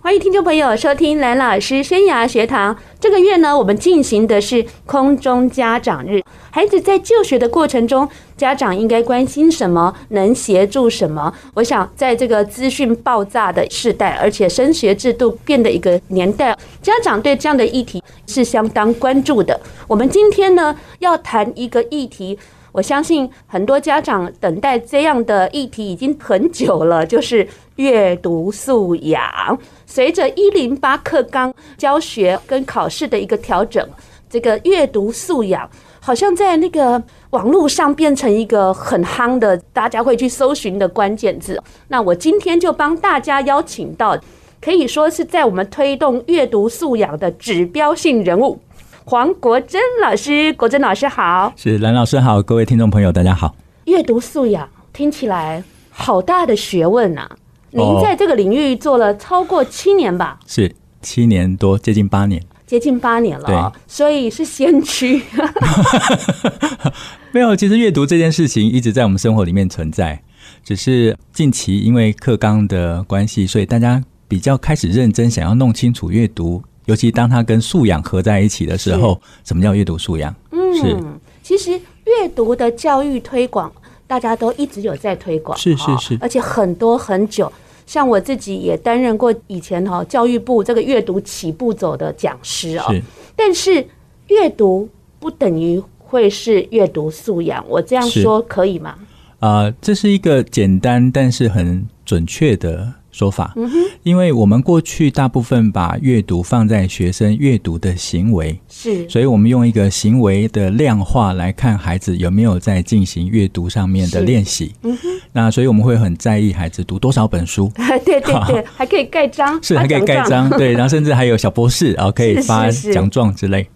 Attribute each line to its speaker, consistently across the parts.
Speaker 1: 欢迎听众朋友收听蓝老师生涯学堂。这个月呢，我们进行的是空中家长日。孩子在就学的过程中，家长应该关心什么，能协助什么？我想，在这个资讯爆炸的时代，而且升学制度变的一个年代，家长对这样的议题是相当关注的。我们今天呢，要谈一个议题。我相信很多家长等待这样的议题已经很久了，就是阅读素养。随着一零八课纲教学跟考试的一个调整，这个阅读素养好像在那个网络上变成一个很夯的，大家会去搜寻的关键字。那我今天就帮大家邀请到，可以说是在我们推动阅读素养的指标性人物。黄国珍老师，国珍老师好，
Speaker 2: 是蓝老师好，各位听众朋友大家好。
Speaker 1: 阅读素养听起来好大的学问呐、啊
Speaker 2: 哦
Speaker 1: 您在这个领域做了超过七年吧，
Speaker 2: 是七年多，接近八年，
Speaker 1: 接近八年了哦，所以是先驱。
Speaker 2: 没有。其实阅读这件事情一直在我们生活里面存在，只是近期因为课纲的关系，所以大家比较开始认真想要弄清楚阅读，尤其当它跟素养合在一起的时候，什么叫阅读素养？是
Speaker 1: 嗯，其实阅读的教育推广，大家都一直有在推广，
Speaker 2: 是是
Speaker 1: 哦
Speaker 2: 是
Speaker 1: 而且很多很久。像我自己也担任过以前哈、哦、教育部这个阅读起步走的讲师哦，
Speaker 2: 是
Speaker 1: 但是阅读不等于会是阅读素养，我这样
Speaker 2: 是
Speaker 1: 说可以吗？
Speaker 2: 啊、这是一个简单但是很准确的说法。嗯哼，因为我们过去大部分把阅读放在学生阅读的行为，
Speaker 1: 是
Speaker 2: 所以我们用一个行为的量化来看孩子有没有在进行阅读上面的
Speaker 1: 是
Speaker 2: 练习。嗯哼，那所以我们会很在意孩子读多少本书，
Speaker 1: 对对对，还可以盖章，
Speaker 2: 是
Speaker 1: 发
Speaker 2: 还可以
Speaker 1: 奖
Speaker 2: 盖
Speaker 1: 状
Speaker 2: 章，对，然后甚至还有小博士啊，可以
Speaker 1: 是
Speaker 2: 发
Speaker 1: 是
Speaker 2: 奖状之类。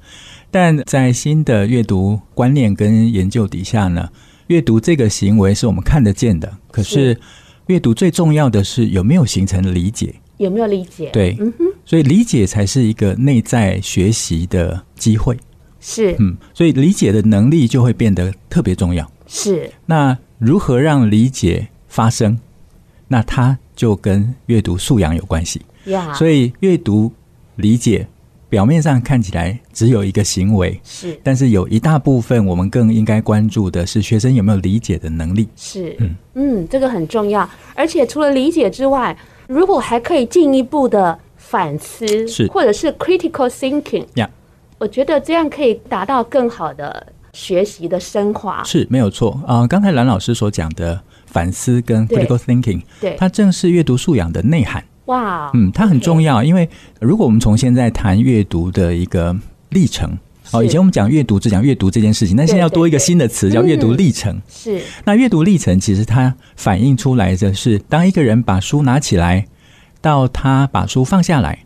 Speaker 2: 但在新的阅读观念跟研究底下呢，阅读这个行为是我们看得见的，可是阅读最重要的是有没有形成理解。
Speaker 1: 有没有理解？，
Speaker 2: 对，所以理解才是一个内在学习的机会。
Speaker 1: 是
Speaker 2: 嗯，所以理解的能力就会变得特别重要。
Speaker 1: 是
Speaker 2: 那如何让理解发生？那它就跟阅读素养有关系。
Speaker 1: 呀，
Speaker 2: 所以阅读理解表面上看起来只有一个行为，
Speaker 1: 是
Speaker 2: 但是有一大部分我们更应该关注的是学生有没有理解的能力。
Speaker 1: 是，嗯，这个很重要。而且除了理解之外，如果还可以进一步的反思，
Speaker 2: 是
Speaker 1: 或者是 critical thinking，
Speaker 2: 呀
Speaker 1: 我觉得这样可以达到更好的学习的升华。
Speaker 2: 是没有错啊、刚才蓝老师所讲的反思跟
Speaker 1: 对
Speaker 2: critical thinking，
Speaker 1: 对
Speaker 2: 它正是阅读素养的内涵。
Speaker 1: 哇，
Speaker 2: 嗯，它很重要，因为如果我们从现在谈阅读的一个历程，哦，
Speaker 1: 是
Speaker 2: 以前我们讲阅读只讲阅读这件事情，但现在要多一个新的词
Speaker 1: 对
Speaker 2: 叫阅读
Speaker 1: 嗯
Speaker 2: 历程。
Speaker 1: 是
Speaker 2: 那阅读历程其实它反映出来的是，当一个人把书拿起来，到他把书放下来，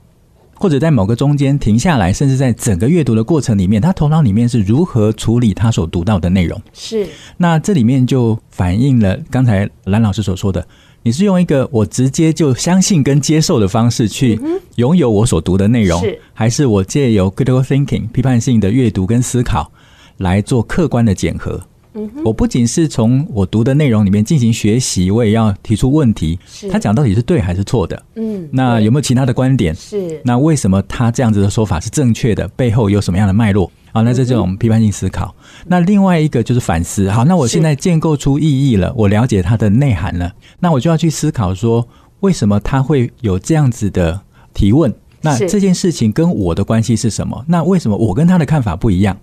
Speaker 2: 或者在某个中间停下来，甚至在整个阅读的过程里面，他头脑里面是如何处理他所读到的内容。
Speaker 1: 是
Speaker 2: 那这里面就反映了刚才蓝老师所说的，你是用一个我直接就相信跟接受的方式去拥有我所读的内容，
Speaker 1: 嗯是
Speaker 2: 还是我借由 critical thinking 批判性的阅读跟思考来做客观的检核？
Speaker 1: 嗯
Speaker 2: 我不仅是从我读的内容里面进行学习，我也要提出问题
Speaker 1: 是，
Speaker 2: 他讲到底是对还是错的？
Speaker 1: 嗯，
Speaker 2: 那有没有其他的观点？
Speaker 1: 是
Speaker 2: 那为什么他这样子的说法是正确的？背后有什么样的脉络？啊，那这
Speaker 1: 嗯
Speaker 2: 这种批判性思考。那另外一个就是反思。好，那我
Speaker 1: 是
Speaker 2: 现在建构出意义了，我了解它的内涵了，那我就要去思考说，为什么他会有这样子的提问？那
Speaker 1: 是
Speaker 2: 这件事情跟我的关系是什么？那为什么我跟他的看法不一样？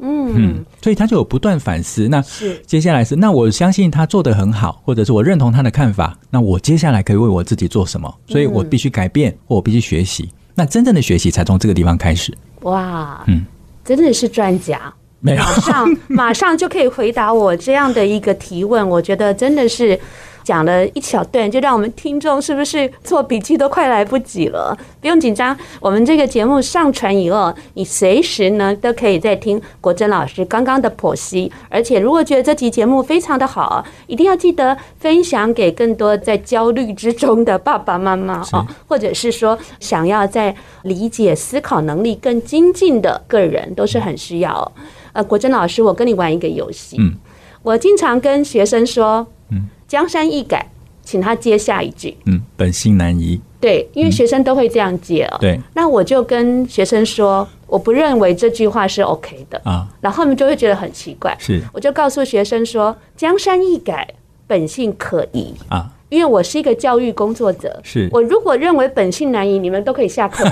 Speaker 1: 嗯
Speaker 2: 所以他就有不断反思。那
Speaker 1: 是
Speaker 2: 接下来是，那我相信他做得很好，或者是我认同他的看法，那我接下来可以为我自己做什么？所以我必须改变，或我必须学习。那真正的学习才从这个地方开始。
Speaker 1: 哇，
Speaker 2: 嗯，
Speaker 1: 真的是专家。
Speaker 2: 没有
Speaker 1: 马上马上就可以回答我这样的一个提问，我觉得真的是讲了一小段，就让我们听众是不是做笔记都快来不及了？不用紧张，我们这个节目上传以后，你随时呢都可以再听国珍老师刚刚的剖析。而且，如果觉得这集节目非常的好，一定要记得分享给更多在焦虑之中的爸爸妈妈
Speaker 2: 是
Speaker 1: 哦，或者是说想要在理解、思考能力更精进的个人，都是很需要哦。呃，国珍老师，我跟你玩一个游戏。
Speaker 2: 嗯，
Speaker 1: 我经常跟学生说，
Speaker 2: 嗯，
Speaker 1: 江山易改，请他接下一句。
Speaker 2: 嗯，本性难移，
Speaker 1: 对，因为学生都会这样接哦。
Speaker 2: 嗯对
Speaker 1: 那我就跟学生说，我不认为这句话是 OK 的，
Speaker 2: 啊，
Speaker 1: 然后他们就会觉得很奇怪。
Speaker 2: 是
Speaker 1: 我就告诉学生说，江山易改，本性可移。
Speaker 2: 啊，
Speaker 1: 因为我是一个教育工作者，
Speaker 2: 是
Speaker 1: 我如果认为本性难移，你们都可以下 课。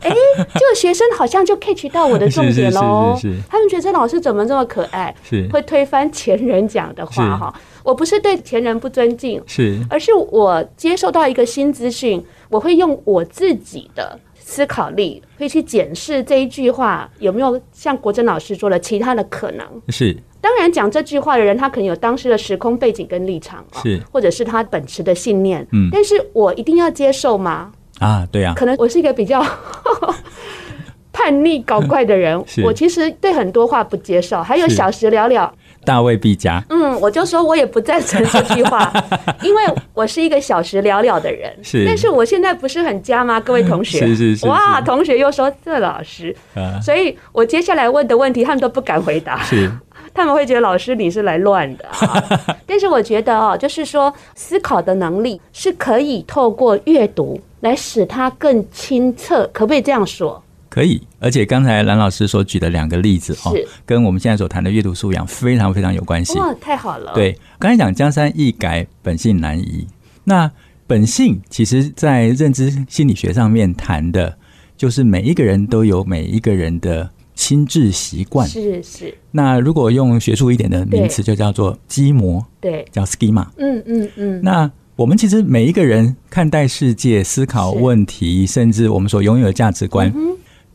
Speaker 1: 哎，这个学生好像就 catch 到我的重点喽。
Speaker 2: 是是是是是
Speaker 1: 他们觉得老师怎么这么可爱，
Speaker 2: 是
Speaker 1: 会推翻前人讲的话
Speaker 2: 是
Speaker 1: 哈。我不是对前人不尊敬，
Speaker 2: 是
Speaker 1: 而是我接受到一个新资讯，我会用我自己的思考力，会去检视这一句话有没有像国珍老师说的其他的可能。
Speaker 2: 是
Speaker 1: 当然，讲这句话的人，他可能有当时的时空背景跟立场、哦，
Speaker 2: 是
Speaker 1: 或者是他本持的信念。
Speaker 2: 嗯
Speaker 1: 但是我一定要接受吗？
Speaker 2: 啊，对啊，
Speaker 1: 可能我是一个比较 叛逆搞怪的人
Speaker 2: 是，
Speaker 1: 我其实对很多话不接受。还有
Speaker 2: 是
Speaker 1: 小时了了，
Speaker 2: 大卫必加，
Speaker 1: 嗯，我就说我也不赞成这句 话，因为我是一个小时了了的人。
Speaker 2: 是
Speaker 1: 但是我现在不是很加吗？各位同学，
Speaker 2: 是是是
Speaker 1: 哇，
Speaker 2: 是
Speaker 1: 同学又说这老师，
Speaker 2: 啊，
Speaker 1: 所以我接下来问的问题他们都不敢回答。
Speaker 2: 是
Speaker 1: 他们会觉得老师你是来乱的、 啊。但是我觉得哦，就是说思考的能力是可以透过阅读来使它更清澈，可不可以这样说？
Speaker 2: 可以，而且刚才蓝老师所举的两个例子哦
Speaker 1: 是，
Speaker 2: 跟我们现在所谈的阅读素养非常非常有关系。
Speaker 1: 哇，太好了！，
Speaker 2: 对，刚才讲江山易改，本性难移。那本性其实，在认知心理学上面谈的，就是每一个人都有每一个人的心智习惯。
Speaker 1: 是是，
Speaker 2: 那如果用学术一点的名词，就叫做基模，
Speaker 1: 对，
Speaker 2: 叫 schema。
Speaker 1: 嗯嗯嗯，
Speaker 2: 那我们其实每一个人看待世界、思考
Speaker 1: 是嗯
Speaker 2: 问题，甚至我们所拥有的价值观，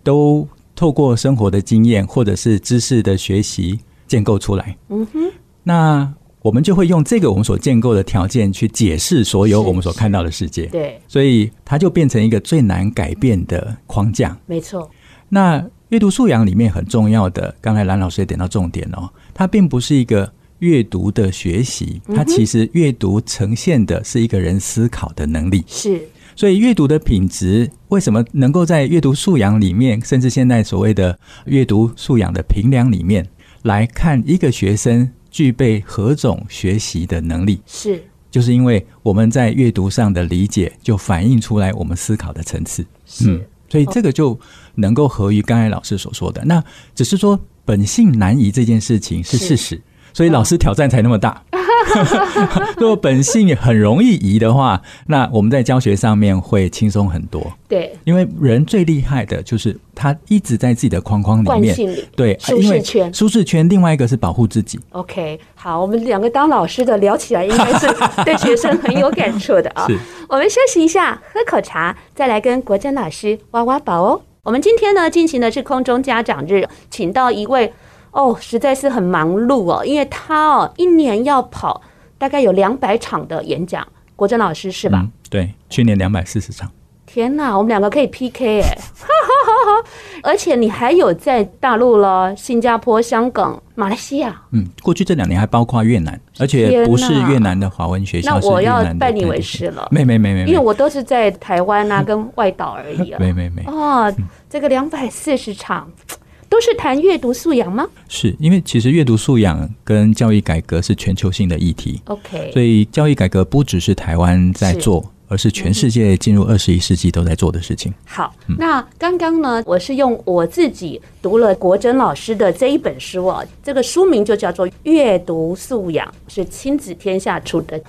Speaker 2: 都透过生活的经验或者是知识的学习建构出来。
Speaker 1: 嗯哼，
Speaker 2: 那我们就会用这个我们所建构的条件去解释所有
Speaker 1: 是
Speaker 2: 我们所看到的世界，
Speaker 1: 对，
Speaker 2: 所以它就变成一个最难改变的框架。
Speaker 1: 没错，
Speaker 2: 那阅读素养里面很重要的，刚才蓝老师也点到重点哦，它并不是一个阅读的学习，它其实阅读呈现的是一个人思考的能力。
Speaker 1: 是
Speaker 2: 所以阅读的品质为什么能够在阅读素养里面，甚至现在所谓的阅读素养的评量里面来看一个学生具备何种学习的能力，
Speaker 1: 是
Speaker 2: 就是因为我们在阅读上的理解就反映出来我们思考的层次。
Speaker 1: 是，
Speaker 2: 所以这个就能够合于刚才老师所说的。那只是说本性难移这件事情是事实，所以老师挑战才那 么大。如果本性很容易移的话，那我们在教学上面会轻松很多。
Speaker 1: 对，
Speaker 2: 因为人最厉害的就是他一直在自己的框框里
Speaker 1: 惯
Speaker 2: 面，
Speaker 1: 性里
Speaker 2: 对，
Speaker 1: 舒
Speaker 2: 因为
Speaker 1: 适圈
Speaker 2: 舒适圈。另外一个是保护自己，
Speaker 1: OK，好，我们两个当老师的聊起来，应该 是对学生很有感触的啊、
Speaker 2: 是
Speaker 1: 我们休息一下，喝口茶，再来跟国珍老师挖挖宝哦。我们今天呢进行的是空中家长日，请到一位哦，实在是很忙碌哦，因为他哦一年要跑大概有两百场的演讲，国珍老师是吧？
Speaker 2: 嗯？对，去年两百四十场，
Speaker 1: 天呐，我们两个可以 PK 哎、 而且你还有在大陆了、新加坡、香港、马来西亚，
Speaker 2: 嗯，过去这两年还包括越南，而且不是
Speaker 1: 天哪
Speaker 2: 越南的华文学校，
Speaker 1: 那
Speaker 2: 是
Speaker 1: 我
Speaker 2: 越
Speaker 1: 要
Speaker 2: 南的
Speaker 1: 拜你
Speaker 2: 泰
Speaker 1: 为
Speaker 2: 迪
Speaker 1: 师了
Speaker 2: 没没没没
Speaker 1: 因为
Speaker 2: 没
Speaker 1: 我都是在台湾啊跟外岛而已啊。
Speaker 2: 没没没，嗯
Speaker 1: 哦，这个两百四十场都是谈阅读素养吗
Speaker 2: 是因为其实阅读素养跟教育改革是全球性的议题，
Speaker 1: ？OK，
Speaker 2: 所以教育改革不只是台湾在
Speaker 1: 是
Speaker 2: 做，而是全世界进入二十一世纪都在做的事情。
Speaker 1: 好，那刚刚呢，我是用我自己读了国珍老师的这一本书哦，这个书名就叫做《阅读素养》，是亲子天下出的。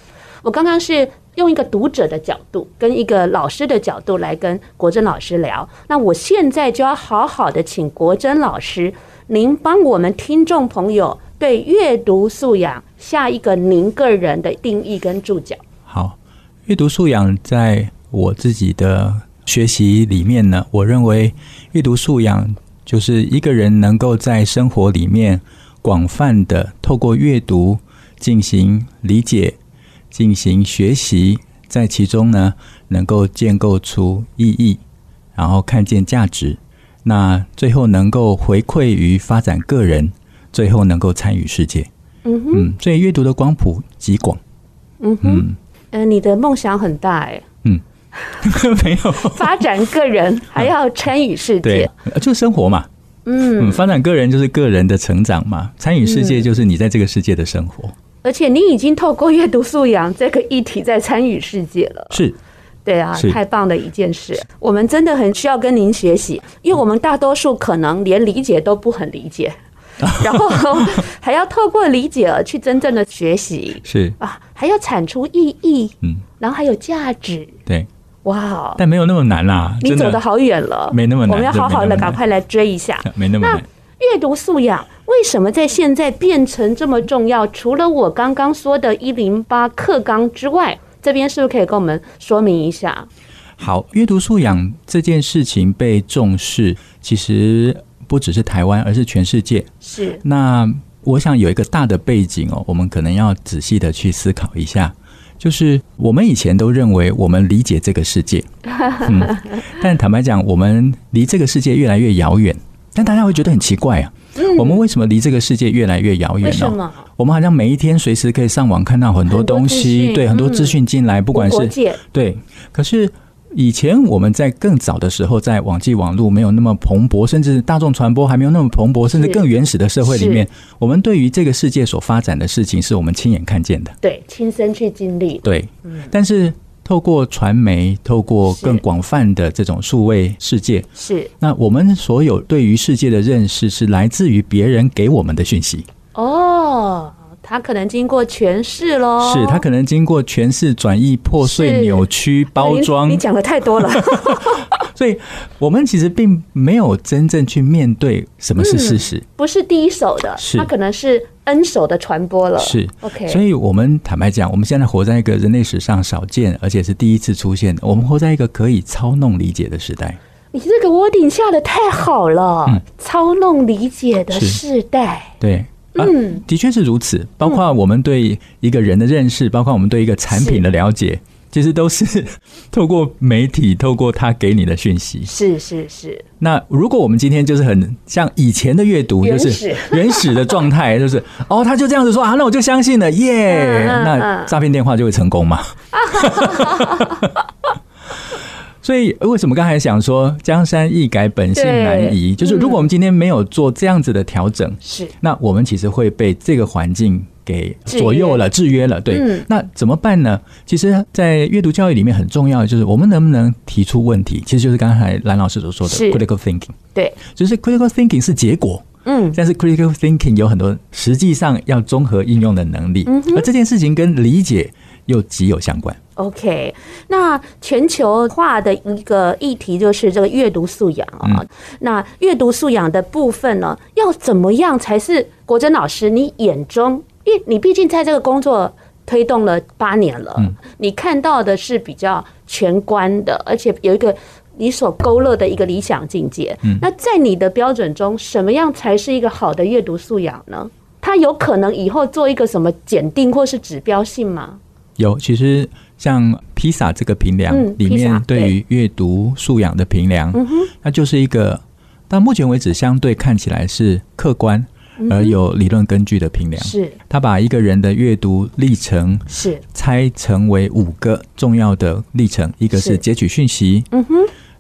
Speaker 1: 我刚刚是用一个读者的角度，跟一个老师的角度来跟国珍老师聊。那我现在就要好好的请国珍老师，您帮我们听众朋友对阅读素养下一个您个人的定义跟注脚。
Speaker 2: 好，阅读素养在我自己的学习里面呢，我认为阅读素养就是一个人能够在生活里面广泛的透过阅读进行理解、进行学习，在其中呢能够建构出意义，然后看见价值，那最后能够回馈于发展个人，最后能够参与世界。
Speaker 1: 嗯哼，
Speaker 2: 嗯，所以阅读的光谱极广。
Speaker 1: 嗯哼，
Speaker 2: 嗯
Speaker 1: 呃，你的梦想很大哎，
Speaker 2: 没有，
Speaker 1: 发展个人还要参与世
Speaker 2: 对
Speaker 1: 界，，
Speaker 2: 呃就生活嘛。
Speaker 1: 嗯，嗯
Speaker 2: 嗯，发展个人就是个人的成长嘛，参与世界就是你在这个世界的生活。
Speaker 1: 而且你已经透过阅读素养这个议题在参与世界了。
Speaker 2: 是，
Speaker 1: 对啊
Speaker 2: 是，
Speaker 1: 太棒的一件事，我们真的很需要跟您学习，因为我们大多数可能连理解都不很理 解，然后还要透过理解而去真正的学习
Speaker 2: 是，
Speaker 1: 啊，还要产出意义，
Speaker 2: 嗯，
Speaker 1: 然后还有价值，
Speaker 2: 对，
Speaker 1: 哇哦，
Speaker 2: 但没有那么难啦，
Speaker 1: 你
Speaker 2: 真
Speaker 1: 走
Speaker 2: 的
Speaker 1: 得好远了，
Speaker 2: 没那么难
Speaker 1: 我们要好好
Speaker 2: 真
Speaker 1: 的
Speaker 2: 的没那么难
Speaker 1: 赶快来追一下。
Speaker 2: 啊没那么
Speaker 1: 那
Speaker 2: 难。
Speaker 1: 阅读素养为什么在现在变成这么重要？除了我刚刚说的一零八课纲之外，这边是不是可以跟我们说明一下？
Speaker 2: 好，阅读素养这件事情被重视，其实不只是台湾，而是全世界。
Speaker 1: 是，
Speaker 2: 那我想有一个大的背景哦，我们可能要仔细的去思考一下，就是我们以前都认为我们理解这个 世界，嗯，但坦白讲，我们离这个世界越来越遥远。但大家会觉得很奇怪啊，我们为什么离这个世界越来越遥远
Speaker 1: 嗯为
Speaker 2: 呢、
Speaker 1: 什么？
Speaker 2: 我们好像每一天随时可以上网看到很多
Speaker 1: 很多
Speaker 2: 东
Speaker 1: 资
Speaker 2: 西，
Speaker 1: 讯
Speaker 2: 对，很多
Speaker 1: 嗯
Speaker 2: 资讯进来，不
Speaker 1: 不
Speaker 2: 管是
Speaker 1: 国界
Speaker 2: 对，可是以前我们在更早的时候，在网际网络没有那么蓬勃，甚至大众传播还没有那么蓬勃，甚至更原始的社会里面，我们对于这个世界所发展的事情，是我们亲眼看见的。
Speaker 1: 对亲身去经历，
Speaker 2: 对，但是透过传媒，透过更
Speaker 1: 是
Speaker 2: 广泛的这种数位世界，
Speaker 1: 是
Speaker 2: 那我们所有对于世界的认识，是来自于别人给我们的讯息。
Speaker 1: 哦，他可能经过诠释喽，
Speaker 2: 是他可能经过诠释、转译、破碎、
Speaker 1: 哦是
Speaker 2: 扭曲、包
Speaker 1: 你
Speaker 2: 装
Speaker 1: 哎你，讲的太多 了，
Speaker 2: 所以我们其实并没有真正去面对什么是事实。
Speaker 1: 不是第一手的，
Speaker 2: 是
Speaker 1: 他可能是 N 手的传播了，
Speaker 2: 是
Speaker 1: OK，
Speaker 2: 所以我们坦白讲，我们现在活在一个人类史上少见，而且是第一次出现，我们活在一个可以操弄理解的时代。
Speaker 1: 你这个窝顶下的太好了，
Speaker 2: 嗯
Speaker 1: 操弄理解的
Speaker 2: 是
Speaker 1: 世代，
Speaker 2: 对。啊、
Speaker 1: 嗯，
Speaker 2: 的确是如此。包括我们对一个人的认识，包括我们对一个产品的了解，其实都是 透过媒体，透过他给你的讯息。
Speaker 1: 是是是，
Speaker 2: 那如果我们今天就是很像以前的阅读，就
Speaker 1: 原
Speaker 2: 是
Speaker 1: 始
Speaker 2: 原始的状态，就是哦，他就这样子说啊，那我就相信了，耶、
Speaker 1: 嗯嗯
Speaker 2: 那
Speaker 1: 嗯
Speaker 2: 诈骗电话就会成 功嘛？所以为什么刚才想说江山易改，本性难
Speaker 1: 对
Speaker 2: 移？
Speaker 1: 嗯
Speaker 2: 就是如果我们今天没有做这样子的调整，
Speaker 1: 是
Speaker 2: 那我们其实会被这个环境给左右了、制约了。对，
Speaker 1: 嗯
Speaker 2: 那怎么办呢？其实，在阅读教育里面很重要的就是我们能不能提出问题，其实就是刚才蓝老师所说的
Speaker 1: 是
Speaker 2: critical thinking，
Speaker 1: 对，
Speaker 2: 就是 critical thinking 是结果。
Speaker 1: 嗯，
Speaker 2: 但是 critical thinking 有很多实际上要综合应用的能力，而这件事情跟理解又极有相关。
Speaker 1: OK，那全球化的一个议题就是这个阅读素养啊、那阅读素养的部分呢，要怎么样才是国珍老师你眼中？因为你毕竟在这个工作推动了八年了，你看到的是比较全观的，而且有一个你所勾勒的一个理想境界。那在你的标准中，什么样才是一个好的阅读素养呢？它有可能以后做一个什么检定或是指标性吗？
Speaker 2: 有，其实像披萨这个评量、
Speaker 1: 嗯
Speaker 2: 里面
Speaker 1: PISA
Speaker 2: 对于阅读素养的评量，
Speaker 1: 嗯
Speaker 2: 它就是一个到目前为止相对看起来是客观而有理论根据的评量。
Speaker 1: 嗯是
Speaker 2: 它把一个人的阅读历程
Speaker 1: 是。
Speaker 2: 拆成为五个重要的历程，一个是
Speaker 1: 是
Speaker 2: 截取讯息，
Speaker 1: 嗯哼，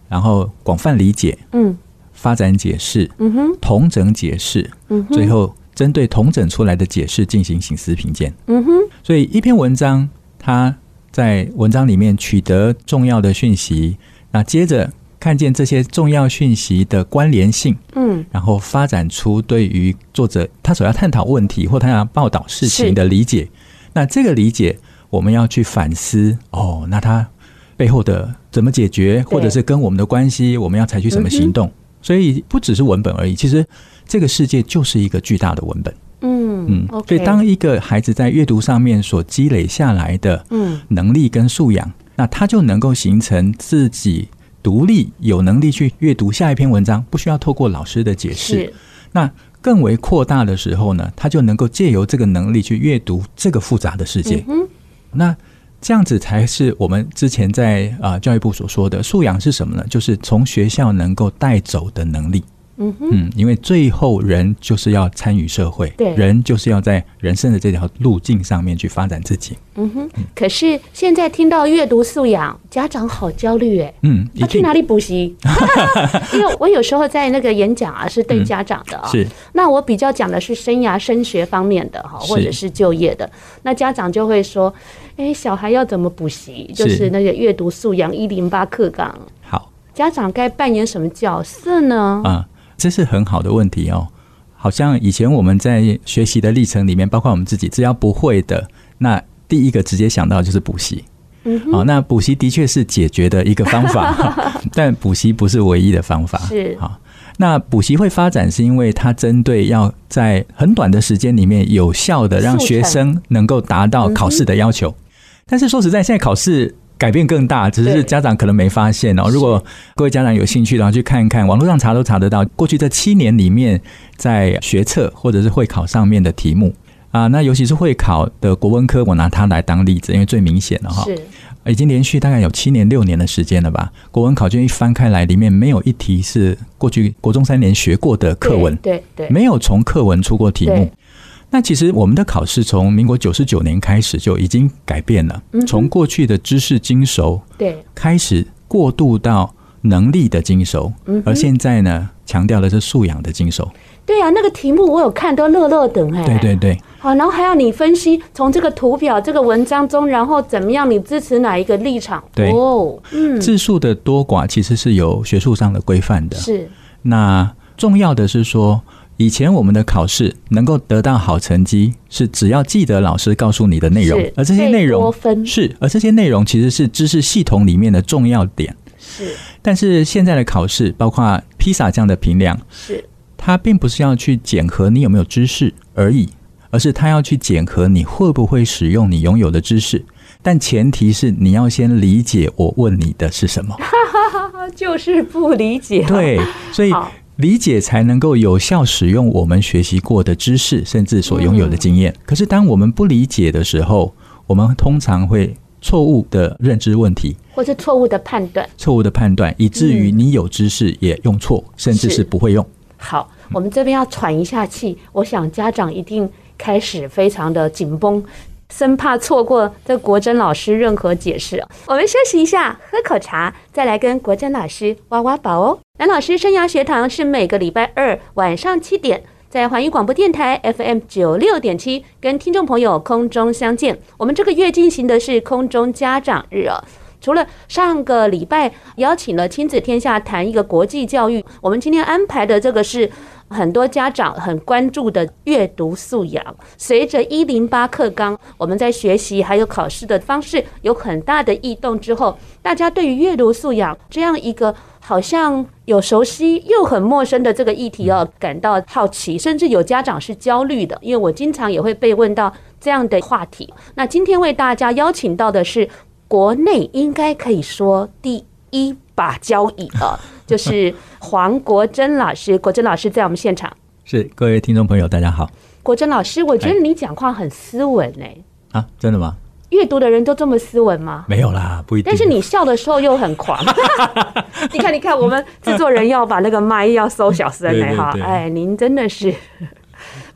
Speaker 2: 然后广泛理解、
Speaker 1: 嗯
Speaker 2: 发展解释、
Speaker 1: 嗯哼，
Speaker 2: 同整解释，
Speaker 1: 嗯哼，
Speaker 2: 最后针对同整出来的解释进行醒思评鉴。
Speaker 1: 嗯哼，
Speaker 2: 所以一篇文章，它在文章里面取得重要的讯息，那接着看见这些重要讯息的关联性，
Speaker 1: 嗯，
Speaker 2: 然后发展出对于作者他所要探讨问题或他要报道事情
Speaker 1: 是
Speaker 2: 的理解。那这个理解，我们要去反思哦，那他背后的怎么解决，或者是跟我们的关系，我们要采取什么
Speaker 1: 嗯
Speaker 2: 行动？所以不只是文本而已，其实这个世界就是一个巨大的文本。
Speaker 1: 嗯
Speaker 2: 嗯
Speaker 1: 嗯，OK，
Speaker 2: 所以当一个孩子在阅读上面所积累下来的
Speaker 1: 嗯
Speaker 2: 能力跟素养，那他就能够形成自己独立、有能力去阅读下一篇文章，不需要透过老师的解释
Speaker 1: 是。
Speaker 2: 那更为扩大的时候呢，他就能够借由这个能力去阅读这个复杂的世界。
Speaker 1: 嗯哼
Speaker 2: 那这样子才是我们之前在啊、呃教育部所说的素养是什么呢？就是从学校能够带走的能力。
Speaker 1: 嗯哼，
Speaker 2: 嗯，因为最后人就是要参与社会，
Speaker 1: 对
Speaker 2: 人就是要在人生的这条路径上面去发展自己。
Speaker 1: 嗯哼。可是现在听到阅读素养，家长好焦虑哎、
Speaker 2: 嗯，一
Speaker 1: 要去
Speaker 2: 定
Speaker 1: 哪里补 习？因为我有时候在那个演讲啊，是对家长的啊、
Speaker 2: 嗯是
Speaker 1: 那我比较讲的是生涯升学方面的哈，
Speaker 2: 是
Speaker 1: 或者是就业的。那家长就会说：“哎、小孩要怎么补习？
Speaker 2: 是
Speaker 1: 就是那个阅读素养一零八课纲，
Speaker 2: 好
Speaker 1: 家长该扮演什么角色呢
Speaker 2: 啊、这是很好的问题哦。好像以前我们在学习的历程里面，包括我们自己，只要不会的，那第一个直接想到就是补习。
Speaker 1: 嗯
Speaker 2: 好、那补习的确是解决的一个方法，哈但补习不是唯一的方法。
Speaker 1: 是
Speaker 2: 好、那补习会发展是因为它针对要在很短的时间里面有效的让
Speaker 1: 速成嗯
Speaker 2: 学生能够达到考试的要求。但是说实在，现在考试。改变更大，只
Speaker 1: 对
Speaker 2: 是家长可能没发现哦。如果各位家长有兴趣的话，去看一看，网络上查都查得到。过去这七年里面，在学测或者是会考上面的题目啊，那尤其是会考的国文科，我拿它来当例子，因为最明显了？”哈。
Speaker 1: 是，
Speaker 2: 已经连续大概有七年、六年的时间了吧。国文考卷一翻开来，里面没有一题是过去国中三年学过的课文，
Speaker 1: 对对对
Speaker 2: 没有从课文出过题目
Speaker 1: 对。
Speaker 2: 那其实我们的考试从民国九十九年开始就已经改变了
Speaker 1: 嗯哼，
Speaker 2: 从过去的知识精熟
Speaker 1: 对，
Speaker 2: 开始过渡到能力的精熟
Speaker 1: 嗯哼，
Speaker 2: 而现在呢，强调的是素养的精熟。
Speaker 1: 对啊，那个题目我有看，都乐乐等哎、
Speaker 2: 对对对，
Speaker 1: 好，然后还要你分析从这个图表、这个文章中，然后怎么样你支持哪一个立场？
Speaker 2: 对啊
Speaker 1: 哦，嗯，
Speaker 2: 字数的多寡其实是有学术上的规范的。
Speaker 1: 是，
Speaker 2: 那重要的是说，以前我们的考试能够得到好成绩，是只要记得老师告诉你的内容
Speaker 1: 是，
Speaker 2: 而这些内
Speaker 1: 最多
Speaker 2: 容
Speaker 1: 分
Speaker 2: 是，而这些内容其实是知识系统里面的重要点。
Speaker 1: 是
Speaker 2: 但是现在的考试，包括披萨这样的评量，
Speaker 1: 是，
Speaker 2: 它并不是要去检核你有没有知识而已，而是它要去检核你会不会使用你拥有的知识。但前提是你要先理解我问你的是什么。
Speaker 1: 啊，就是不理解。，
Speaker 2: 对，所以
Speaker 1: 好
Speaker 2: 理解才能够有效使用我们学习过的知识，甚至所拥有的经
Speaker 1: 嗯
Speaker 2: 验。可是当我们不理解的时候，我们通常会错误的认知问题。
Speaker 1: 或是错误的判断。
Speaker 2: 错误的判断，以至于你有知识也用错，甚至
Speaker 1: 嗯是
Speaker 2: 是不会用。
Speaker 1: 好，我们这边要喘一下气，我想家长一定开始非常的紧绷，生怕错过这国珍老师任何解释。我们休息一下，喝口茶，再来跟国珍老师挖挖宝哦。蓝老师生涯学堂是每个礼拜二晚上七点。在环宇广播电台 FM 九六点七，跟听众朋友空中相见。我们这个月进行的是空中家长日哦，除了上个礼拜邀请了亲子天下谈一个国际教育，我们今天安排的这个是很多家长很关注的阅读素养。随着一零八课纲，我们在学习还有考试的方式有很大的异动之后，大家对于阅读素养这样一个好像有熟悉又很陌生的这个议题哦，感到好奇，甚至有家长是焦虑的，因为我经常也会被问到这样的话题。那今天为大家邀请到的是国内应该可以说第一把交椅了， 就是黄国珍老师。 国珍老师在我们现场，
Speaker 2: 是各位听众朋友，大家好
Speaker 1: 国珍老师，我觉得你讲话很斯文哎、
Speaker 2: 啊！真的吗？
Speaker 1: 阅读的人都这么斯文吗？
Speaker 2: 没有啦，不一定。
Speaker 1: 但是你笑的时候又很 狂，你看，你看，我们制作人要把那个麦要收小声哎
Speaker 2: 对对
Speaker 1: 哈，
Speaker 2: 对
Speaker 1: 哎，您真的是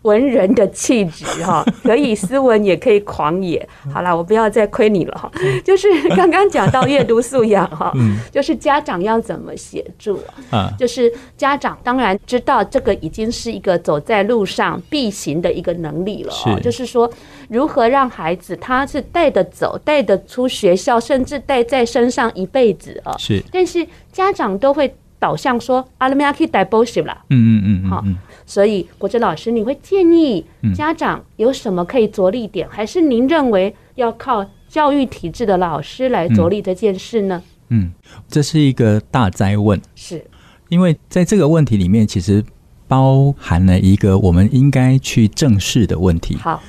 Speaker 1: 文人的气质 哈，可以斯文也可以狂野。
Speaker 2: 嗯
Speaker 1: 好啦，我不要再亏你了哈，就是刚刚讲到阅读素养哈，
Speaker 2: 嗯
Speaker 1: 就是家长要怎么协助，
Speaker 2: 啊，
Speaker 1: 就是家长当然知道这个已经是一个走在路上必行的一个能力了、哦，
Speaker 2: 是
Speaker 1: 就是说如何让孩子他是带得走、带得出学校，甚至带在身上一辈子哦。
Speaker 2: 是，
Speaker 1: 但是家长都会导向说啊阿拉米亚可以带 b o s 啦，
Speaker 2: 嗯嗯嗯
Speaker 1: 好
Speaker 2: 嗯嗯，
Speaker 1: 所以国珍老师，你会建议家长有什么可以着力点，还是您认为要靠教育体制的老师来着力这件事呢？
Speaker 2: 这是一个大灾问。
Speaker 1: 是
Speaker 2: 因为在这个问题里面，其实包含了一个我们应该去正视的问题
Speaker 1: 好，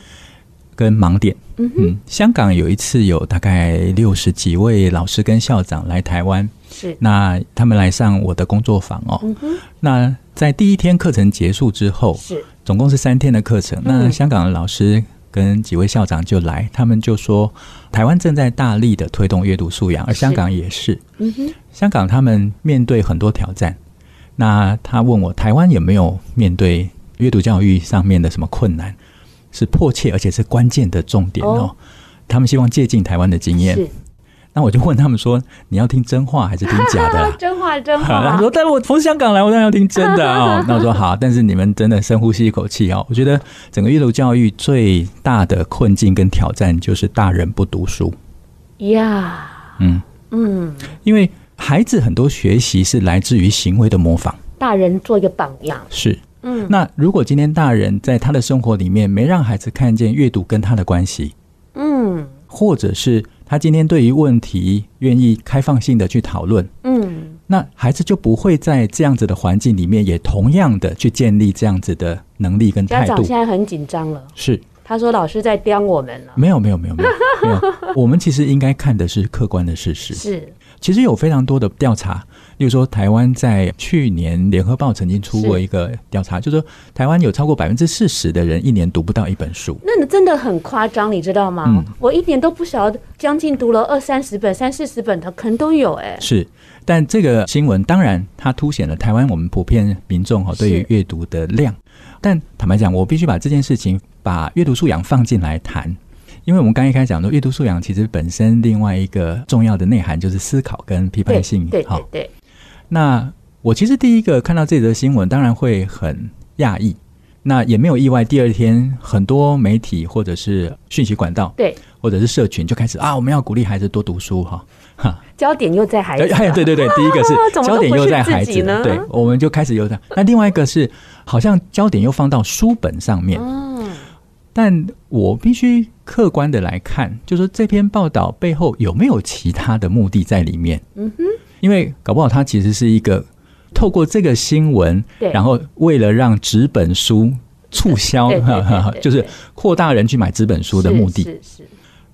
Speaker 2: 跟盲点。
Speaker 1: 嗯哼，
Speaker 2: 嗯，香港有一次有大概六十几位老师跟校长来台湾，
Speaker 1: 是，
Speaker 2: 那他们来上我的工作坊哦。
Speaker 1: 嗯哼，
Speaker 2: 那在第一天课程结束之后，
Speaker 1: 是
Speaker 2: 总共是三天的课程。那
Speaker 1: 嗯
Speaker 2: 香港的老师跟几位校长就来，他们就说，台湾正在大力的推动阅读素养，而香港也是。
Speaker 1: 嗯哼，
Speaker 2: 香港他们面对很多挑战，那他问我台湾有没有面对阅读教育上面的什么困难，是迫切而且是关键的重点哦。
Speaker 1: 哦
Speaker 2: 他们希望借鉴台湾的经验，
Speaker 1: 是
Speaker 2: 那我就问他们说，你要听真话还是听假的、
Speaker 1: 啊
Speaker 2: 啊？
Speaker 1: 真话真
Speaker 2: 好他
Speaker 1: 话
Speaker 2: 说：“，但我从香港来，我当然要听真的啊、哦。”那我说：“好，但是你们真的深呼吸一口气哦。我觉得整个阅读教育最大的困境跟挑战就是大人不读书。
Speaker 1: 呀，
Speaker 2: 嗯，
Speaker 1: 嗯，
Speaker 2: 因为孩子很多学习是来自于行为的模仿。
Speaker 1: 大人做一个榜样，
Speaker 2: 是，
Speaker 1: 嗯
Speaker 2: 那如果今天大人在他的生活里面没让孩子看见阅读跟他的关系，
Speaker 1: 嗯
Speaker 2: 或者是他今天对于问题愿意开放性的去讨论，
Speaker 1: 嗯，
Speaker 2: 那孩子就不会在这样子的环境里面，也同样的去建立这样子的能力跟
Speaker 1: 家
Speaker 2: 态
Speaker 1: 长
Speaker 2: 度
Speaker 1: 现。在很紧张了，
Speaker 2: 是，
Speaker 1: 他说老师在刁我们了，
Speaker 2: 没有，没有，没有，没 有，没有。我们其实应该看的是客观的事实。
Speaker 1: 是
Speaker 2: 其实有非常多的调查，例如说台湾在去年联合报曾经出过
Speaker 1: 是
Speaker 2: 一个调查，就说台湾有超过百分之四十的人一年读不到一本书。
Speaker 1: 那你真的很夸张，你知道吗？
Speaker 2: 嗯
Speaker 1: 我一年都不晓得，将近读了二三十本、三四十本的，可能都有哎、
Speaker 2: 是，但这个新闻当然它凸显了台湾我们普遍民众哈、哦、
Speaker 1: 是
Speaker 2: 对于阅读的量，但坦白讲，我必须把这件事情把阅读素养放进来谈。因为我们刚一开始讲说，阅读素养其实本身另外一个重要的内涵就是思考跟批
Speaker 1: 对
Speaker 2: 判性。
Speaker 1: 对
Speaker 2: 好
Speaker 1: 对对，
Speaker 2: 那我其实第一个看到这则新闻，当然会很讶异，那也没有意外。第二天，很多媒体或者是讯息管道，
Speaker 1: 对，
Speaker 2: 或者是社群就开始啊，我们要鼓励孩子多读书哈。哈，
Speaker 1: 焦点又在孩子啊
Speaker 2: 哎，对对对，第一个
Speaker 1: 怎
Speaker 2: 是
Speaker 1: 么都
Speaker 2: 焦点
Speaker 1: 不
Speaker 2: 又
Speaker 1: 是
Speaker 2: 在
Speaker 1: 自
Speaker 2: 孩
Speaker 1: 己
Speaker 2: 子
Speaker 1: 呢，
Speaker 2: 对，我们就开始有的。那另外一个是，好像焦点又放到书本上面，
Speaker 1: 嗯，
Speaker 2: 但我必须客观的来看，就说这篇报道背后有没有其他的目的在里面？
Speaker 1: 嗯
Speaker 2: 哼，因为搞不好它其实是一个透过这个新闻，
Speaker 1: 对
Speaker 2: 然后为了让纸本书促销
Speaker 1: 对对对对对，
Speaker 2: 就是扩大人去买纸本书的目的。
Speaker 1: 是是是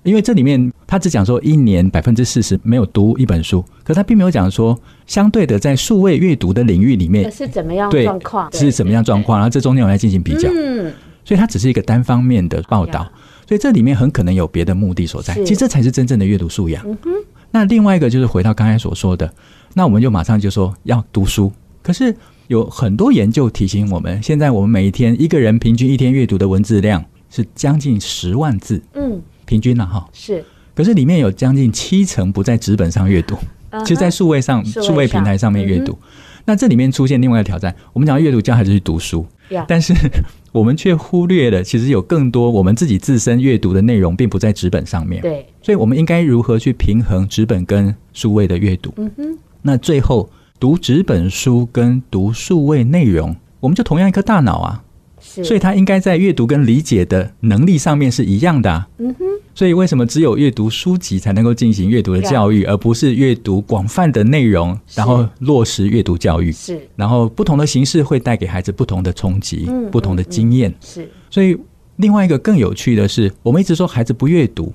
Speaker 2: 因为这里面他只讲说一年百分之四十没有读一本书，可他并没有讲说相对的在数位阅读的领域里
Speaker 1: 呃
Speaker 2: 面。
Speaker 1: 是怎么样
Speaker 2: 哎对
Speaker 1: 状况？，
Speaker 2: 是怎么样状况？然后这中间我们来进行比较。
Speaker 1: 嗯，
Speaker 2: 所以它只是一个单方面的报
Speaker 1: 哎
Speaker 2: 道
Speaker 1: 呀，
Speaker 2: 所以这里面很可能有别的目的所在。
Speaker 1: 是嗯
Speaker 2: 其实这才是真正的阅读素养。那另外一个就是回到刚才所说的，那我们就马上就说要读书，可是有很多研究提醒我们，现在我们每一天一个人平均一天阅读的文字量是将近十万字，
Speaker 1: 嗯，
Speaker 2: 平均了、哈。
Speaker 1: 是，
Speaker 2: 可是里面有将近七成不在纸本上阅读，
Speaker 1: 嗯
Speaker 2: 其实在数位上、
Speaker 1: 数位
Speaker 2: 数位
Speaker 1: 上嗯
Speaker 2: 平台上面阅读。那这里面出现另外一个挑战，我们讲阅读教孩子去读书，
Speaker 1: 呀
Speaker 2: 但是我们却忽略了，其实有更多我们自己自身阅读的内容，并不在纸本上面。
Speaker 1: 对，
Speaker 2: 所以我们应该如何去平衡纸本跟数位的阅读？
Speaker 1: 嗯哼，
Speaker 2: 那最后读纸本书跟读数位内容，我们就同样一颗大脑啊，
Speaker 1: 是，
Speaker 2: 所以它应该在阅读跟理解的能力上面是一样的、啊。
Speaker 1: 嗯哼，
Speaker 2: 所以为什么只有阅读书籍才能够进行阅读的教育，而不是阅读广泛的内容，然后落实阅读教育？
Speaker 1: 是
Speaker 2: 然后不同的形式会带给孩子不同的冲击、
Speaker 1: 嗯
Speaker 2: 不同的经验。
Speaker 1: 是，
Speaker 2: 所以另外一个更有趣的是，我们一直说孩子不阅读，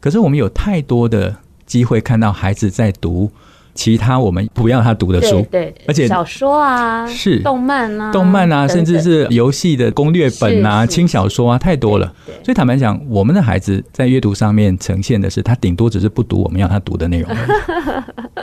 Speaker 2: 可是我们有太多的机会看到孩子在读其他我们不要他读的
Speaker 1: 对
Speaker 2: 书。
Speaker 1: 对，
Speaker 2: 而且
Speaker 1: 小说啊，
Speaker 2: 是
Speaker 1: 动漫啊，
Speaker 2: 动漫啊，
Speaker 1: 等
Speaker 2: 甚至
Speaker 1: 等
Speaker 2: 是游戏的攻略本啊、
Speaker 1: 是是
Speaker 2: 轻小说啊，太多了。
Speaker 1: 对对
Speaker 2: 所以坦白讲，我们的孩子在阅读上面呈现的是，他顶多只是不读我们要他读的内容而 已。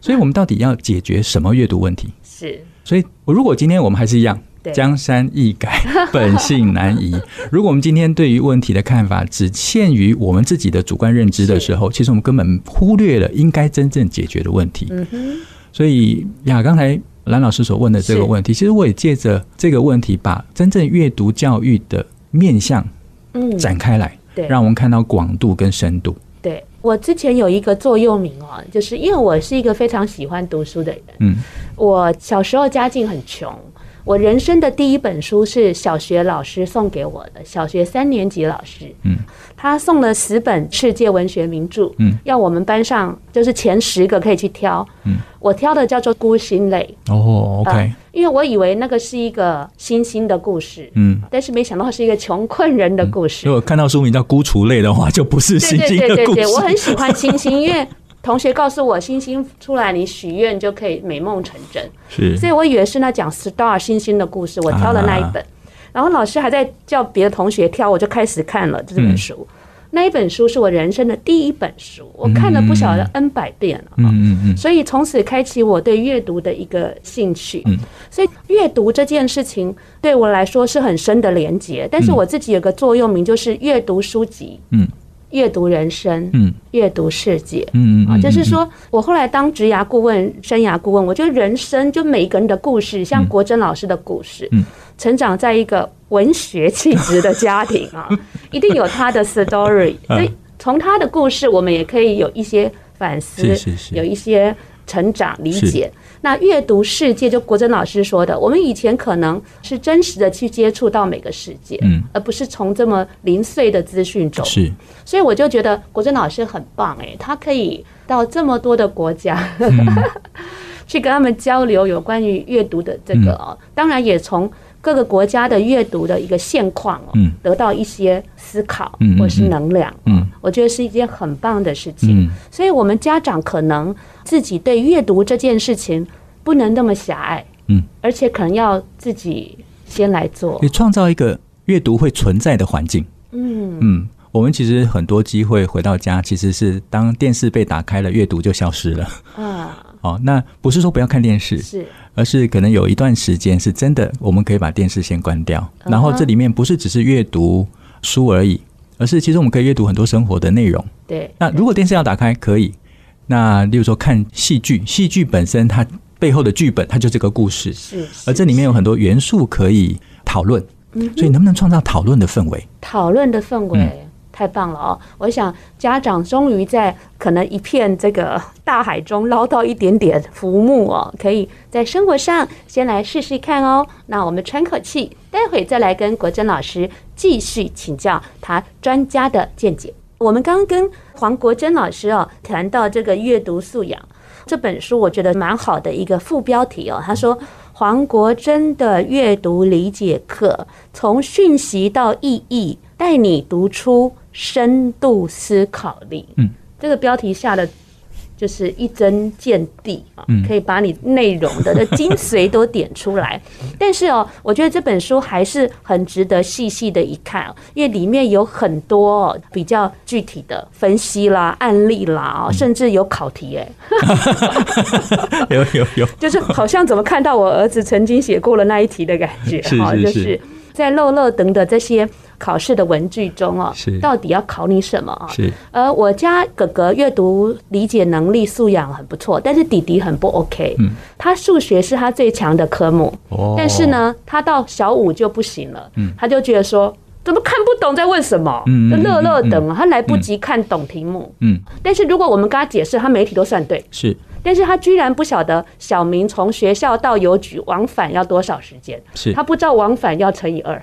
Speaker 2: 所以我们到底要解决什么阅读问题？
Speaker 1: 是
Speaker 2: 所以，我如果今天我们还是一样
Speaker 1: 对，
Speaker 2: 江山易改， 本性难移。如果我们今天对于问题的看法只限于我们自己的主观认知的时候，其实我们根本忽略了应该真正解决的问题。
Speaker 1: 嗯哼，
Speaker 2: 所以呀，刚才蓝老师所问的这个问题，其实我也借着这个问题，把真正阅读教育的面向
Speaker 1: 嗯，
Speaker 2: 展开来，
Speaker 1: 对
Speaker 2: 让我们看到广度跟深度。
Speaker 1: 对我之前有一个座右铭哦，就是因为我是一个非常喜欢读书的人，
Speaker 2: 嗯，
Speaker 1: 我小时候家境很穷，我人生的第一本书是小学老师送给我的，小学三年级老师，
Speaker 2: 嗯，
Speaker 1: 他送了十本世界文学名著，
Speaker 2: 嗯，
Speaker 1: 要我们班上就是前十个可以去挑，
Speaker 2: 嗯，
Speaker 1: 我挑的叫做《孤星泪
Speaker 2: 哦，OK，、》
Speaker 1: 啊因为我以为那个是一个星星的故事，
Speaker 2: 嗯。
Speaker 1: 但是没想到是一个穷困人的故事
Speaker 2: 如。果看到书名叫《孤雏类》的话，就不是
Speaker 1: 对
Speaker 2: 星
Speaker 1: 对
Speaker 2: 星
Speaker 1: 对
Speaker 2: 的
Speaker 1: 对
Speaker 2: 故事。
Speaker 1: 对，我很喜欢星星，因为同学告诉我，星星出来你许愿就可以美梦成真，
Speaker 2: 是啊
Speaker 1: 所以我以为是那讲 star 星星的故事，我挑了那一本。然后老师还在叫别的同学挑，我就开始看了这
Speaker 2: 嗯
Speaker 1: 本书。那一本书是我人生的第一本书，我看了不晓得 N 百遍了。
Speaker 2: 嗯嗯嗯，
Speaker 1: 所以从此开启我对阅读的一个兴趣。
Speaker 2: 嗯，
Speaker 1: 所以阅读这件事情对我来说是很深的连结。但是我自己有个座右铭，就是阅读书籍，
Speaker 2: 嗯，
Speaker 1: 阅读人生，
Speaker 2: 嗯，
Speaker 1: 阅读世界。
Speaker 2: 嗯嗯
Speaker 1: 啊，
Speaker 2: 嗯，
Speaker 1: 就是说我后来当职涯顾问、生涯顾问，我觉得人生就每一个人的故事，像国珍老师的故事，
Speaker 2: 嗯
Speaker 1: 成长在一个文学气质的家庭 啊，一定有他的 story，所
Speaker 2: 嗯
Speaker 1: 以从他的故事，我们也可以有一些反思，
Speaker 2: 是是是
Speaker 1: 有一些成长理解。那阅读世界，就国珍老师说的，我们以前可能是真实的去接触到每个世界，
Speaker 2: 嗯，
Speaker 1: 而不是从这么零碎的资讯中。
Speaker 2: 是
Speaker 1: 所以我就觉得国珍老师很棒哎、他可以到这么多的国家、
Speaker 2: 嗯
Speaker 1: 去跟他们交流有关于阅读的这个
Speaker 2: 嗯
Speaker 1: 哦，当然也从各个国家的阅读的一个现况哦，
Speaker 2: 嗯
Speaker 1: 得到一些思考
Speaker 2: 嗯嗯
Speaker 1: 或是能量，哦
Speaker 2: 嗯，
Speaker 1: 我觉得是一件很棒的事情。
Speaker 2: 嗯
Speaker 1: 所以我们家长可能自己对阅读这件事情不能那么狭隘，
Speaker 2: 嗯，
Speaker 1: 而且可能要自己先来做
Speaker 2: 也，创造一个阅读会存在的环境。
Speaker 1: 嗯
Speaker 2: 嗯，我们其实很多机会回到家，其实是当电视被打开了，阅读就消失了。
Speaker 1: 啊，
Speaker 2: 哦，那不是说不要看电视，
Speaker 1: 是
Speaker 2: 而是可能有一段时间是真的，我们可以把电视先关掉，
Speaker 1: 嗯哼
Speaker 2: 然后这里面不是只是阅读书而已，而是其实我们可以阅读很多生活的内容。
Speaker 1: 对，
Speaker 2: 那如果电视要打开，可以。那例如说看戏剧，戏剧本身它背后的剧本，它就是个故事，
Speaker 1: 是，是
Speaker 2: 而这里面有很多元素可以讨论，所以能不能创造讨论的氛围？
Speaker 1: 讨论的氛围。太棒了哦！我想家长终于在可能一片这个大海中捞到一点点浮木哦，可以在生活上先来试试看哦。那我们喘口气，待会再来跟国珍老师继续请教他专家的见解。我们刚刚跟黄国珍老师哦谈到这个阅读素养这本书，我觉得蛮好的一个副标题哦。他说黄国珍的阅读理解课，从讯息到意义，带你读出深度思考力。
Speaker 2: 嗯，
Speaker 1: 这个标题下的就是一针见地啊，
Speaker 2: 嗯
Speaker 1: 可以把你内容的的精髓都点出 来。但是哦，我觉得这本书还是很值得细细的一看哦，因为里面有很多、哦、比较具体的分析啦、案例
Speaker 2: 嗯
Speaker 1: 啦，哦、甚至有考题哎、
Speaker 2: 有有有，
Speaker 1: 就是好像怎么看到我儿子曾经写过了那一题的感觉
Speaker 2: 是
Speaker 1: 哈，
Speaker 2: 是
Speaker 1: 就是是在漏漏等的这些考试的文具中哦
Speaker 2: 是，
Speaker 1: 到底要考你什么啊？
Speaker 2: 是
Speaker 1: 呃，我家哥哥阅读理解能力素养很不错，但是弟弟很不 OK。
Speaker 2: 嗯，
Speaker 1: 他数学是他最强的科目，
Speaker 2: 哦嗯
Speaker 1: 但是，呢，他到小五就不行了，他就觉得说怎么看不懂在问什么，
Speaker 2: 嗯嗯
Speaker 1: 就乐乐
Speaker 2: 嗯嗯
Speaker 1: 等啊，他来不及看懂题目。
Speaker 2: 嗯，
Speaker 1: 但是如果我们跟他解释，他每一题都算对。
Speaker 2: 是
Speaker 1: 但是他居然不晓得小明从学校到邮局往返要多少时间，
Speaker 2: 是
Speaker 1: 他不知道往返要乘以二，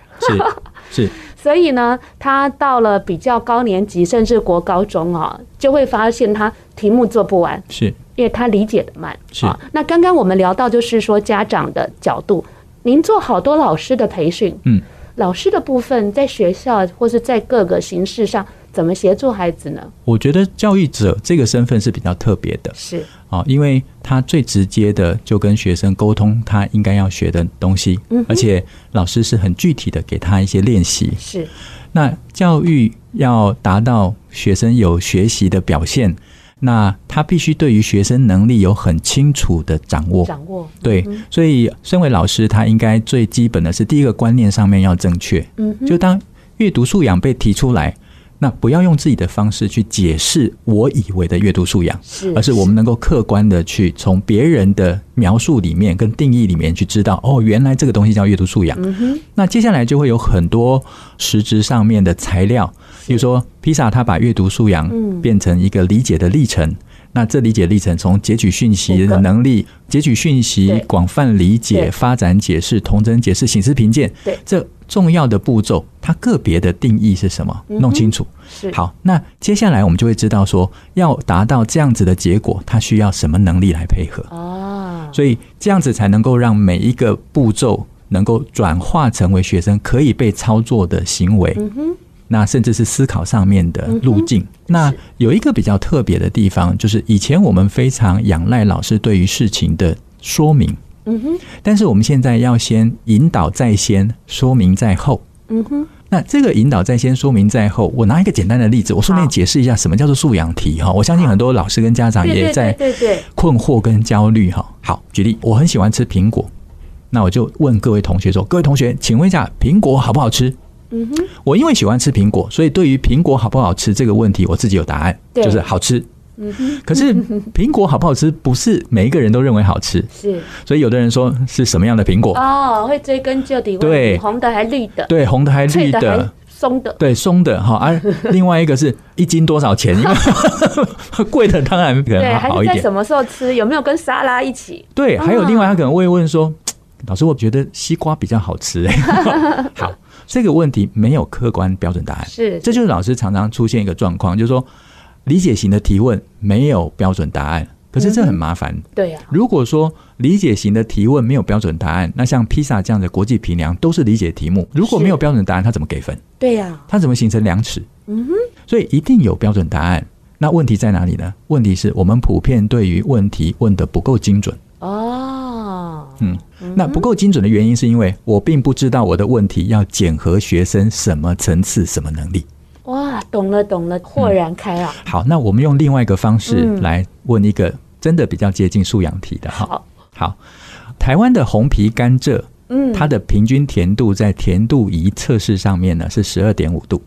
Speaker 2: 是是，
Speaker 1: 所以呢，他到了比较高年级甚至国高中啊、就会发现他题目做不完，
Speaker 2: 是
Speaker 1: 因为他理解的慢。
Speaker 2: 是
Speaker 1: 啊，那刚刚我们聊到就是说家长的角度，您做好多老师的培训，
Speaker 2: 嗯，
Speaker 1: 老师的部分在学校或是在各个形式上怎么协助孩子呢？
Speaker 2: 我觉得教育者这个身份是比较特别的
Speaker 1: 是
Speaker 2: 啊、因为他最直接的就跟学生沟通他应该要学的东西，
Speaker 1: 嗯哼
Speaker 2: 而且老师是很具体的给他一些练习。
Speaker 1: 是，
Speaker 2: 那教育要达到学生有学习的表现，那他必须对于学生能力有很清楚的掌握。
Speaker 1: 掌握，
Speaker 2: 对，所以身为老师，他应该最基本的是第一个观念上面要正确。
Speaker 1: 嗯哼，
Speaker 2: 就当阅读素养被提出来，那不要用自己的方式去解释我以为的阅读素养，
Speaker 1: 是，
Speaker 2: 而是我们能够客观的去从别人的描述里面跟定义里面去知道，哦，原来这个东西叫阅读素养。
Speaker 1: 嗯哼，
Speaker 2: 那接下来就会有很多实质上面的材料，比如说披萨，它把阅读素养
Speaker 1: 嗯
Speaker 2: 变成一个理解的历程。那这理解历程从截取讯息
Speaker 1: 这个
Speaker 2: 的能力、截取讯息
Speaker 1: 对、
Speaker 2: 广泛理解、
Speaker 1: 对
Speaker 2: 发展解释、童真解释、形式评鉴，
Speaker 1: 对
Speaker 2: 这重要的步骤，它个别的定义是什么？
Speaker 1: 嗯哼
Speaker 2: 弄清楚。
Speaker 1: 是，
Speaker 2: 好，那接下来我们就会知道说，要达到这样子的结果，它需要什么能力来配合。
Speaker 1: 啊，
Speaker 2: 所以这样子才能够让每一个步骤能够转化成为学生可以被操作的行为，
Speaker 1: 嗯哼，嗯
Speaker 2: 那甚至是思考上面的路径。那有一个比较特别的地方，就是以前我们非常仰赖老师对于事情的说明，
Speaker 1: 嗯哼，
Speaker 2: 但是我们现在要先引导在先，说明在后。
Speaker 1: 嗯哼，
Speaker 2: 那这个引导在先，说明在后。我拿一个简单的例子，我顺便
Speaker 1: 好
Speaker 2: 解释一下什么叫做素养题哈。我相信很多老师跟家长
Speaker 1: 对
Speaker 2: 啊也
Speaker 1: 对对
Speaker 2: 在
Speaker 1: 对对，
Speaker 2: 困惑跟焦虑哈。好，举例，我很喜欢吃苹果，那我就问各位同学说：各位同学，请问一下，苹果好不好吃？
Speaker 1: 嗯哼，
Speaker 2: 我因为喜欢吃苹果，所以对于苹果好不好吃这个问题，我自己有答案，
Speaker 1: 对
Speaker 2: 就是好吃。
Speaker 1: 嗯哼，
Speaker 2: 可是苹果好不好吃，不是每一个人都认为好吃，
Speaker 1: 是
Speaker 2: 所以有的人说是什么样的苹果？
Speaker 1: 哦，会追根究底，
Speaker 2: 对
Speaker 1: 红的还绿的，
Speaker 2: 对，红的还
Speaker 1: 脆
Speaker 2: 绿
Speaker 1: 的
Speaker 2: 的
Speaker 1: 还，松的，
Speaker 2: 对，松的哈，而、另外一个是一斤多少钱？因 为贵的当然可
Speaker 1: 对，
Speaker 2: 能
Speaker 1: 还
Speaker 2: 好
Speaker 1: 是
Speaker 2: 一
Speaker 1: 在
Speaker 2: 点。
Speaker 1: 什么时候吃？有没有跟沙拉一起？
Speaker 2: 对，还有
Speaker 1: 啊
Speaker 2: 另外他可能会问说，老师，我觉得西瓜比较好吃、欸 好，这个问题没有客观标准答案，
Speaker 1: 是，
Speaker 2: 这就是老师常常出现一个状况，就是说理解型的提问没有标准答案，可是
Speaker 1: 嗯
Speaker 2: 这很麻烦。
Speaker 1: 对呀，
Speaker 2: 如果说理解型的提问没有标准答案，那像披萨这样的国际评量都是理解题目，如果
Speaker 1: 是
Speaker 2: 没有标准答案，它怎么给分？
Speaker 1: 对呀，
Speaker 2: 它怎么形成量尺？
Speaker 1: 嗯哼，
Speaker 2: 所以一定有标准答案。那问题在哪里呢？问题是我们普遍对于问题问得不够精准。
Speaker 1: 哦，
Speaker 2: 嗯，那不够精准的原因是因为我并不知道我的问题要检核学生什么层次、什么能力。
Speaker 1: 哇，懂了懂了，豁然开朗，
Speaker 2: 好，那我们用另外一个方式
Speaker 1: 嗯
Speaker 2: 来问一个真的比较接近素养题的哈。
Speaker 1: 好，
Speaker 2: 好，台湾的红皮甘蔗，
Speaker 1: 嗯，
Speaker 2: 它的平均甜度在甜度仪测试上面呢是十二点五度。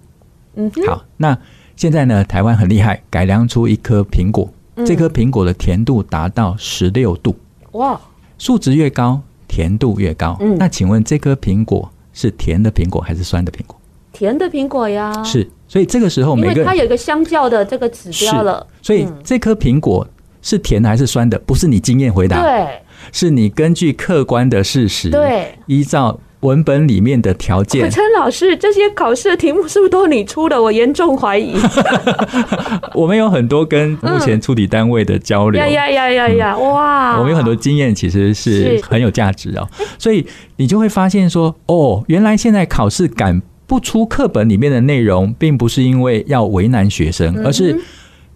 Speaker 1: 嗯哼，
Speaker 2: 好，那现在呢，台湾很厉害，改良出一颗苹果，
Speaker 1: 嗯
Speaker 2: 这颗苹果的甜度达到十六度，
Speaker 1: 哇，
Speaker 2: 数值越高，甜度越高。
Speaker 1: 嗯
Speaker 2: 那请问这颗苹果是甜的苹果还是酸的苹果？
Speaker 1: 甜的苹果呀，，
Speaker 2: 是，所以这个时
Speaker 1: 哦
Speaker 2: 候
Speaker 1: 因
Speaker 2: 每
Speaker 1: 为
Speaker 2: 个
Speaker 1: 它
Speaker 2: 人
Speaker 1: 有一个相较的这个指
Speaker 2: 是
Speaker 1: 标了，，
Speaker 2: 所以
Speaker 1: 嗯
Speaker 2: 这颗苹果是甜的还是酸的，不是你经验回答，
Speaker 1: 对
Speaker 2: 是你根据客观的事实，，
Speaker 1: 对。
Speaker 2: 依照文本里面的条
Speaker 1: 可
Speaker 2: 件，
Speaker 1: 琛老师，这些考试的题目是不是都你出的？我严重怀 疑。
Speaker 2: 我们有很多跟目前出题单位的交
Speaker 1: 嗯
Speaker 2: 流
Speaker 1: 呀。呀呀呀呀！哇，
Speaker 2: 哦嗯我们有很多经验，其实是
Speaker 1: 啊是
Speaker 2: 很有价值哦。所以你就会发现说，哦，原来现在考试赶不出课本里面的内容，并不是因为要为难学
Speaker 1: 嗯
Speaker 2: 生，而是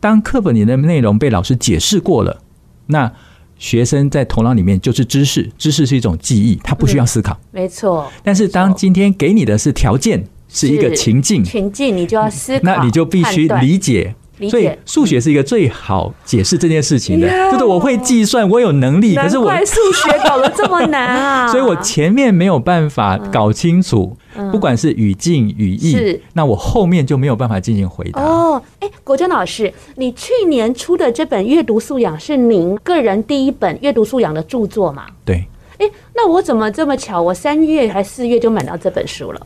Speaker 2: 当课本里的内容被老师解释过了，那学生在头脑里面就是知识，知识是一种记忆，他不需要思考。
Speaker 1: 没错，
Speaker 2: 但是当今天给你的是条件，是一个
Speaker 1: 是
Speaker 2: 情境，
Speaker 1: 情境你就要思考，
Speaker 2: 那你就必须
Speaker 1: 判断
Speaker 2: 理解。
Speaker 1: 理
Speaker 2: 所以
Speaker 1: 解。
Speaker 2: 数学是一个最好解释这件事情的，
Speaker 1: Yeah
Speaker 2: 就是我会计算，我有能力，可
Speaker 1: 难
Speaker 2: 是我
Speaker 1: 怪数学搞得这么难啊！嗯
Speaker 2: 所以我前面没有办法搞清楚，不管是语境、语义
Speaker 1: 是，
Speaker 2: 那我后面就没有办法进行回答。
Speaker 1: 哦，哎，国珍老师，你去年出的这本《阅读素养》是您个人第一本阅读素养的著作嘛？
Speaker 2: 对，
Speaker 1: 哎，那我怎么这么巧？我三月还四月就买到这本书了，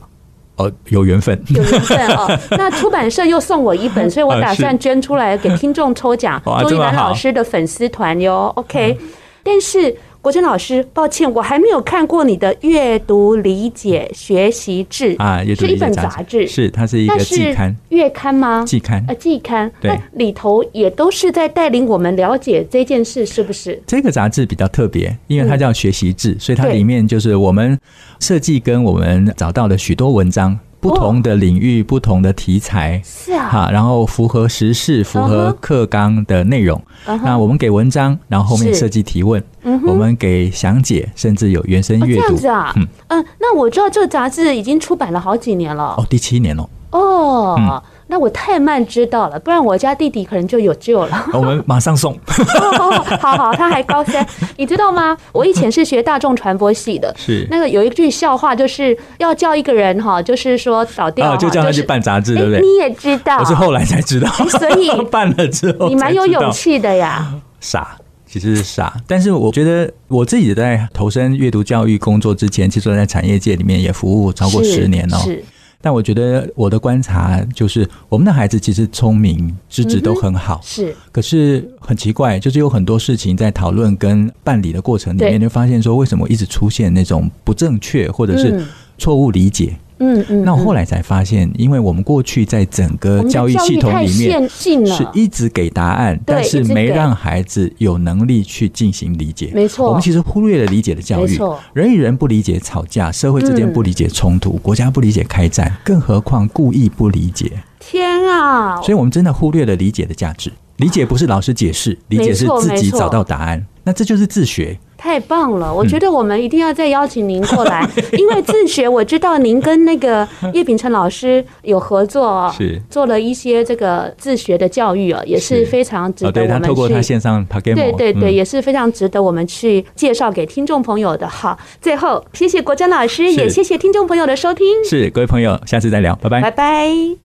Speaker 2: 哦，有 缘分。
Speaker 1: 有缘分哦。那出版社又送我一本，所以我
Speaker 2: 啊
Speaker 1: 打
Speaker 2: 是，
Speaker 1: 算捐出来给听众抽奖
Speaker 2: 哇
Speaker 1: 周
Speaker 2: 这
Speaker 1: 一
Speaker 2: 么
Speaker 1: 楠老
Speaker 2: 好嗯
Speaker 1: 师的粉丝团哟。OK，但是国珍老师，抱歉，我还没有看过你的《阅读理解学习志》
Speaker 2: 啊，阅读
Speaker 1: 是一
Speaker 2: 理解
Speaker 1: 本
Speaker 2: 杂
Speaker 1: 杂志，
Speaker 2: 是它是一
Speaker 1: 那
Speaker 2: 个
Speaker 1: 是
Speaker 2: 季刊，
Speaker 1: 月刊吗？
Speaker 2: 季刊
Speaker 1: 呃，季刊，
Speaker 2: 对
Speaker 1: 那里头也都是在带领我们了解这件事，是不是？
Speaker 2: 这个杂志比较特别，因为它叫学习志，所以它
Speaker 1: 嗯对
Speaker 2: 里面就是我们设计跟我们找到的许多文章，不同的领域、不同的题材，
Speaker 1: 是啊，
Speaker 2: 哈，然后符合时事、符合
Speaker 1: 嗯哼
Speaker 2: 课纲的内容。
Speaker 1: 嗯哼
Speaker 2: 那我们给文章，然后后面
Speaker 1: 是
Speaker 2: 设计提问，
Speaker 1: 嗯哼
Speaker 2: 我们给详解，甚至有原声
Speaker 1: 哦这
Speaker 2: 阅
Speaker 1: 样
Speaker 2: 读。
Speaker 1: 子啊，嗯、那我知道这个杂志已经出版了好几年了
Speaker 2: 哦，第 七年哦，
Speaker 1: 哦。
Speaker 2: 嗯
Speaker 1: 那我太慢知道了，不然我家弟弟可能就有救 了。
Speaker 2: 我们马上送。
Speaker 1: 哦好好，他还高三，你知道吗？我以前是学大众传播系的，
Speaker 2: 是
Speaker 1: 那个有一句笑话，就是要叫一个人哈，就是说倒掉
Speaker 2: 啊，
Speaker 1: 哈，
Speaker 2: 就叫他去办杂志，
Speaker 1: 是，
Speaker 2: 对不
Speaker 1: 哎
Speaker 2: 对？
Speaker 1: 你也知道，
Speaker 2: 我是后来才知道，
Speaker 1: 所以
Speaker 2: 办了之后
Speaker 1: 你蛮有
Speaker 2: 才知道
Speaker 1: 勇气的呀。
Speaker 2: 傻，其实是傻。但是我觉得我自己在投身阅读教育工作之前，其实我在产业界里面也服务超过
Speaker 1: 是
Speaker 2: 十年哦。
Speaker 1: 是
Speaker 2: 但我觉得我的观察就是，我们的孩子其实聪明、
Speaker 1: 嗯
Speaker 2: 资质都很好，
Speaker 1: 是，
Speaker 2: 可是很奇怪，就是有很多事情在讨论跟办理的过程里面，
Speaker 1: 对
Speaker 2: 就发现说为什么一直出现那种不正确或者是
Speaker 1: 嗯
Speaker 2: 错误理解。
Speaker 1: 嗯嗯。
Speaker 2: 那我后
Speaker 1: 来
Speaker 2: 来才发现，因为我们过去在整个教育系统里面
Speaker 1: 太。限进
Speaker 2: 是
Speaker 1: 了，
Speaker 2: 一直给答案，
Speaker 1: 对
Speaker 2: 但是
Speaker 1: 一直给
Speaker 2: 没让孩子有能力去进行理解。
Speaker 1: 没错
Speaker 2: 我们其实忽略了理解的教
Speaker 1: 没
Speaker 2: 育
Speaker 1: 错，
Speaker 2: 人与人不理解吵架，社会之间
Speaker 1: 嗯
Speaker 2: 不理解冲突，国家不理解开战，更何况故意不理解。
Speaker 1: 天啊！
Speaker 2: 所以我们真的忽略了理解的价值。理解不是老师解释，理解是自己找到答案。那这就是自学。
Speaker 1: 太棒
Speaker 2: 嗯
Speaker 1: 了！我觉得我们一定要再邀请您过 来，因为自学我知道您跟那个叶秉辰老师有合作哦，
Speaker 2: 是
Speaker 1: 做了一些这个自学的教育哦，也是
Speaker 2: 是
Speaker 1: 非常值
Speaker 2: 哦，
Speaker 1: 得
Speaker 2: 对
Speaker 1: 我
Speaker 2: 他
Speaker 1: 们
Speaker 2: 透过
Speaker 1: 去。
Speaker 2: 他线上嗯 p a g a m
Speaker 1: 对
Speaker 2: o
Speaker 1: 对对，也是非常值得我们去介绍给听众朋友的。好，最后谢谢国珍老师，
Speaker 2: 是
Speaker 1: 也谢谢听众朋友的收听，
Speaker 2: 是各位朋友，下次再聊，拜拜
Speaker 1: 拜。拜。